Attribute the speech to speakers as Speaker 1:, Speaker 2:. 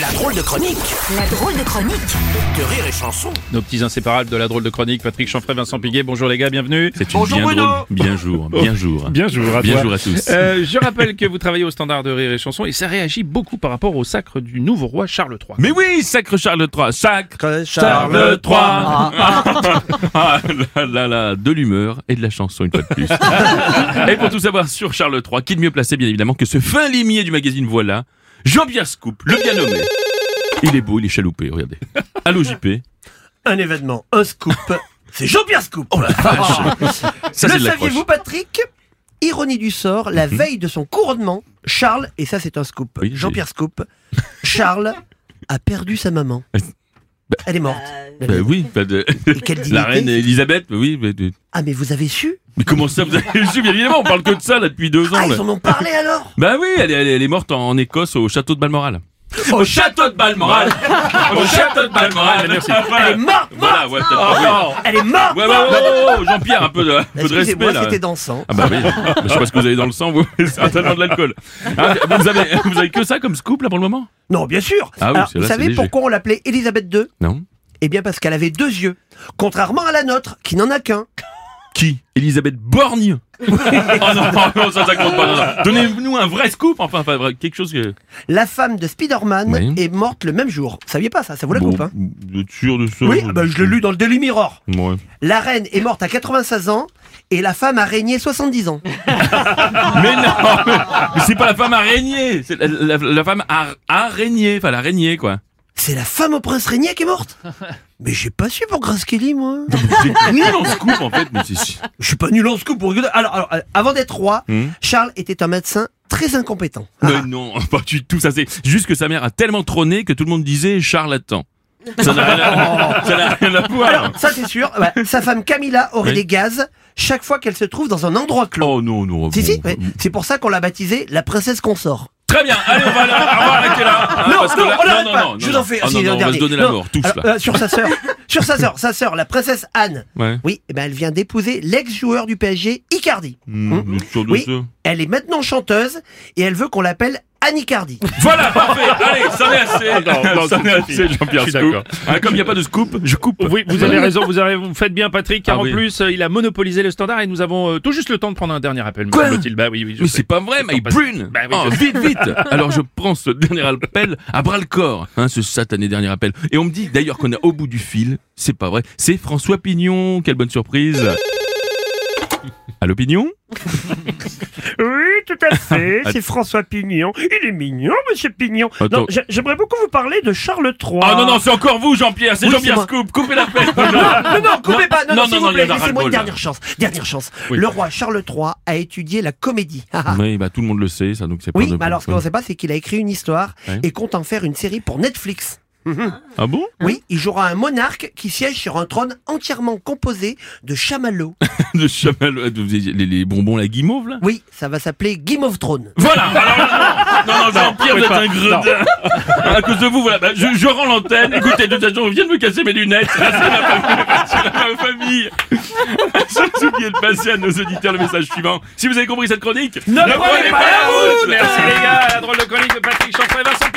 Speaker 1: La drôle de chronique
Speaker 2: La drôle de chronique
Speaker 1: de Rire et Chanson.
Speaker 3: Nos petits inséparables de la drôle de chronique, Patrick Chanfray, Vincent Piguet, bonjour les gars, bienvenue.
Speaker 4: C'est une bien drôle. Bien jour, bien jour.
Speaker 3: Bien jour à
Speaker 4: Bien
Speaker 3: toi.
Speaker 4: jour à tous.
Speaker 3: Euh, je rappelle que vous travaillez au standard de rire et chanson et ça réagit beaucoup par rapport au sacre du nouveau roi Charles III.
Speaker 4: Mais oui, sacre Charles III, sacre Charles III. Ah là là là, de l'humeur et de la chanson une fois de plus. et pour tout savoir sur Charles III, qui de mieux placé bien évidemment que ce fin limier du magazine Voilà, Jean-Pierre Scoop, le bien nommé. Il est beau, il est chaloupé, regardez. Allô JP,
Speaker 1: Un événement, un scoop. C'est Jean-Pierre Scoop.
Speaker 4: Oh ça c'est
Speaker 5: Le
Speaker 4: de l'accroche.
Speaker 5: saviez-vous, Patrick Ironie du sort, la veille de son couronnement, Charles, et ça c'est un scoop,
Speaker 4: Oui, j'ai- Euh,
Speaker 5: Jean-Pierre Scoop, Charles a perdu sa maman. Elle est morte.
Speaker 4: Bah oui, bah de-
Speaker 5: quelle
Speaker 4: la
Speaker 5: dignité.
Speaker 4: reine Elisabeth, bah oui. bah de-
Speaker 5: Ah mais vous avez su
Speaker 4: Mais comment ça, vous avez su Bien évidemment, on parle que de ça là depuis deux ans.
Speaker 5: Ah
Speaker 4: là.
Speaker 5: ils en ont parlé alors
Speaker 4: Bah oui, elle est, elle est- elle est morte en, en Écosse au château de Balmoral. Au château de Balmoral Au château de Balmoral Merci. Voilà,
Speaker 5: Elle est morte Oh,
Speaker 4: voilà ouais, peut-être pas,
Speaker 5: Elle est morte
Speaker 4: oui. Ouais, ouais, ouais, ouais, ouais, Jean-Pierre, un peu de, un peu de respect
Speaker 5: Excusez-moi,
Speaker 4: là.
Speaker 5: c'était dansant.
Speaker 4: Ah bah oui, Bah, je sais pas ce que vous avez dans le sang, vous, mais certainement de l'alcool. Hein, vous, avez, vous avez que ça comme scoop là pour le moment
Speaker 5: Non, bien sûr
Speaker 4: Ah oui,
Speaker 5: Alors,
Speaker 4: c'est
Speaker 5: Vous
Speaker 4: là, c'est
Speaker 5: savez
Speaker 4: léger.
Speaker 5: pourquoi on l'appelait Elisabeth II
Speaker 4: Non.
Speaker 5: Eh bien parce qu'elle avait deux yeux, contrairement à la nôtre, qui n'en a qu'un.
Speaker 4: Qui Elisabeth Borgne Oh non, non, ça, ça compte pas. non, non. Donnez-nous un vrai scoop, enfin, enfin vrai- quelque chose que.
Speaker 5: La femme de Spider-Man
Speaker 4: Oui.
Speaker 5: est morte le même jour. Vous saviez pas ça, ça vous la
Speaker 4: Bon, Mmh.
Speaker 5: coupe hein
Speaker 4: vous êtes sûr de ça
Speaker 5: Oui, bah, je l'ai lu dans le Daily Mirror.
Speaker 4: Ouais.
Speaker 5: La reine est morte à 96 ans et la femme a régné 70 ans.
Speaker 4: Mais non, mais, mais c'est pas la femme araignée, c'est la, la- la femme ar- araignée, enfin l'araignée quoi.
Speaker 5: C'est la femme au prince régné qui est morte Mais j'ai pas su pour Grace Kelly, moi.
Speaker 4: Vous êtes nul en scoop en fait, mais c'est...
Speaker 5: Je suis pas nul en scoop pour rigoler. Alors, alors, euh, avant d'être roi,
Speaker 4: Hmm.
Speaker 5: Charles était un médecin très incompétent.
Speaker 4: Mais non, pas du tout, ça c'est juste que sa mère a tellement trôné que tout le monde disait charlatan. Ça n'a rien, à- ça n'a rien à voir.
Speaker 5: Ça, c'est sûr. Ouais. Sa femme Camilla aurait
Speaker 4: Ah. Oui.
Speaker 5: des gaz chaque fois qu'elle se trouve dans un endroit clos.
Speaker 4: Oh non, non.
Speaker 5: Si,
Speaker 4: bon.
Speaker 5: si, ouais. c'est pour ça qu'on l'a baptisée la princesse consort.
Speaker 4: Très bien, allez, on va, la- on va arrêter là. hein,
Speaker 5: non,
Speaker 4: parce que
Speaker 5: non,
Speaker 4: là-
Speaker 5: on l'arrête
Speaker 4: non,
Speaker 5: pas.
Speaker 4: non, non,
Speaker 5: je vous
Speaker 4: non.
Speaker 5: en fais.
Speaker 4: Ah
Speaker 5: un
Speaker 4: non,
Speaker 5: dernier,
Speaker 4: non, on va se
Speaker 5: dernier.
Speaker 4: donner la
Speaker 5: Non.
Speaker 4: mort, tous
Speaker 5: Alors,
Speaker 4: là.
Speaker 5: euh, sur sa sœur, sur sa sœur, sa sœur, la princesse Anne.
Speaker 4: Ouais.
Speaker 5: Oui, eh ben elle vient d'épouser l'ex-joueur du PSG, Icardi.
Speaker 4: Mmh, vous êtes sûr de
Speaker 5: hmm, Oui.
Speaker 4: ça
Speaker 5: Elle est maintenant chanteuse et elle veut qu'on l'appelle Anicardi.
Speaker 4: Voilà, parfait. Allez, ça en est assez.
Speaker 3: non, non,
Speaker 4: ça en est
Speaker 3: c'est fini.
Speaker 4: assez, Jean-Pierre
Speaker 3: Je suis
Speaker 4: Scoop.
Speaker 3: d'accord.
Speaker 4: Hein, comme il n'y a pas de scoop, je coupe.
Speaker 3: Euh, Oui, vous avez raison, vous, avez, vous faites bien Patrick, car
Speaker 4: Ah
Speaker 3: en
Speaker 4: oui.
Speaker 3: plus euh, il a monopolisé le standard et nous avons euh, tout juste le temps de prendre un dernier appel. me
Speaker 4: Quoi
Speaker 3: semble-t-il. Bah oui, oui, je
Speaker 4: Mais
Speaker 3: sais.
Speaker 4: c'est pas vrai,
Speaker 3: Qu'est-ce
Speaker 4: mais
Speaker 3: qu'on
Speaker 4: il
Speaker 3: passe-
Speaker 4: prune
Speaker 3: Bah oui,
Speaker 4: Oh,
Speaker 3: je-
Speaker 4: Vite, vite Alors je prends ce dernier appel à bras-le-corps, hein, ce satané dernier appel. Et on me dit d'ailleurs qu'on est au bout du fil, c'est pas vrai, c'est François Pignon, quelle bonne surprise Allô Pignon
Speaker 6: Oui, tout à fait. C'est François Pignon. Il est mignon, monsieur Pignon.
Speaker 4: Attends.
Speaker 6: Non, j'ai- j'aimerais beaucoup vous parler de Charles III.
Speaker 4: Ah non, non, c'est encore vous Jean-Pierre, c'est Ah.
Speaker 5: Oui,
Speaker 4: Jean-Pierre
Speaker 5: c'est moi.
Speaker 4: Scoop, coupez l'appel
Speaker 5: Ah, Non, non, coupez pas, non,
Speaker 4: non,
Speaker 5: non, s'il
Speaker 4: non,
Speaker 5: vous
Speaker 4: non,
Speaker 5: plaît,
Speaker 4: il y en a
Speaker 5: laissez-moi
Speaker 4: ras-le-bol,
Speaker 5: une
Speaker 4: là.
Speaker 5: dernière chance. Dernière chance.
Speaker 4: Oui.
Speaker 5: Le roi Charles III a étudié la comédie. Ah,
Speaker 4: Oui, bah tout le monde le sait, ça, donc c'est pas
Speaker 5: oui,
Speaker 4: de-
Speaker 5: mais alors ce qu'on ne sait pas, c'est qu'il a écrit une histoire
Speaker 4: Ouais.
Speaker 5: et compte en faire une série pour Netflix.
Speaker 4: Ah bon
Speaker 5: Oui, il jouera un monarque qui siège sur un trône entièrement composé de chamallows.
Speaker 4: Le chamal, euh, les, les bonbons, la guimauve là
Speaker 5: Oui, ça va s'appeler Game of Thrones.
Speaker 4: Voilà alors, non, non, non, Jean-Pierre, vous êtes un gredin À cause de vous, voilà, bah, je, je rends l'antenne. Écoutez, de toute façon, on vient de me casser mes lunettes. Là, c'est la famille. c'est la famille. J'ai oublié de passer à nos auditeurs le message suivant. Si vous avez compris cette chronique, ne,
Speaker 3: prenez pas la route
Speaker 4: Merci
Speaker 3: Merci les gars, la drôle de chronique de Patrick Chanfray, Vincent